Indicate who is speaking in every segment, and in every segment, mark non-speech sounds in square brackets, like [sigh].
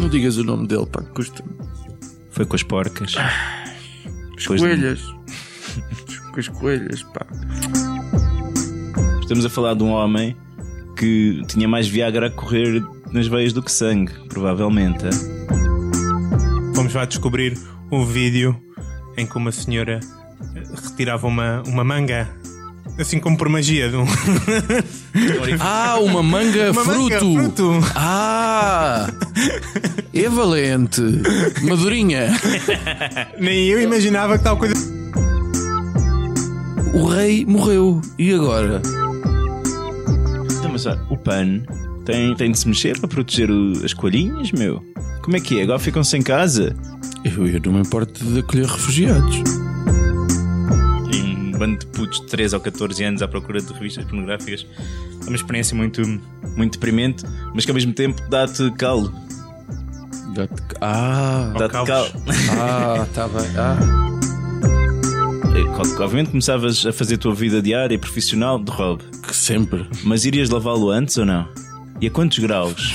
Speaker 1: Não digas o nome dele, pá, custa-me.
Speaker 2: Foi com as porcas.
Speaker 1: As
Speaker 2: Pois não.
Speaker 1: coelhas. Com as coelhas, pá.
Speaker 2: Estamos a falar de um homem que tinha mais Viagra a correr nas veias do que sangue, provavelmente. é?
Speaker 3: Vamos lá descobrir um vídeo em que uma senhora eh, retirava uma, uma manga, assim como por magia de um.
Speaker 1: Ah, uma manga
Speaker 3: [laughs] Uma manga,
Speaker 1: fruto.
Speaker 3: fruto.
Speaker 1: Ah! É valente. Madurinha.
Speaker 3: Nem eu imaginava que tal coisa.
Speaker 1: O rei morreu. E agora?
Speaker 2: Então, mas olha, o PAN tem, tem de se mexer para proteger o- as coelhinhas, meu. Como é que é? Agora ficam sem casa?
Speaker 1: Eu, eu não me importo de acolher refugiados.
Speaker 2: E um bando de putos de 13 ou 14 anos à procura de revistas pornográficas. É uma experiência muito, muito deprimente, mas que ao mesmo tempo dá-te calo.
Speaker 1: Dá-te ca- Ah!
Speaker 3: Dá-
Speaker 2: Dá-te calo.
Speaker 3: Calvos.
Speaker 2: [laughs]
Speaker 1: Ah, tá bem. Ah.
Speaker 2: É, Obviamente começavas a fazer a tua vida diária e profissional de Rob.
Speaker 1: Que sempre.
Speaker 2: Mas irias lavá-lo antes ou não? E a quantos graus?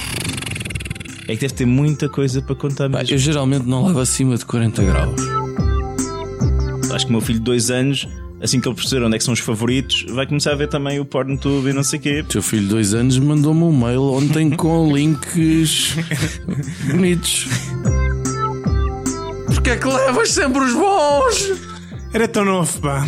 Speaker 2: É que deve ter muita coisa para contar
Speaker 1: Pá,
Speaker 2: mesmo.
Speaker 1: eu geralmente não lavo acima de 40 graus.
Speaker 2: Acho que o meu filho de dois anos, assim que ele perceber onde é que são os favoritos, vai começar a ver também o PornTube e não sei o quê.
Speaker 1: O teu filho de dois anos mandou-me um mail ontem [laughs] com links bonitos. Porquê é que levas sempre os bons?
Speaker 3: Era tão novo, pá.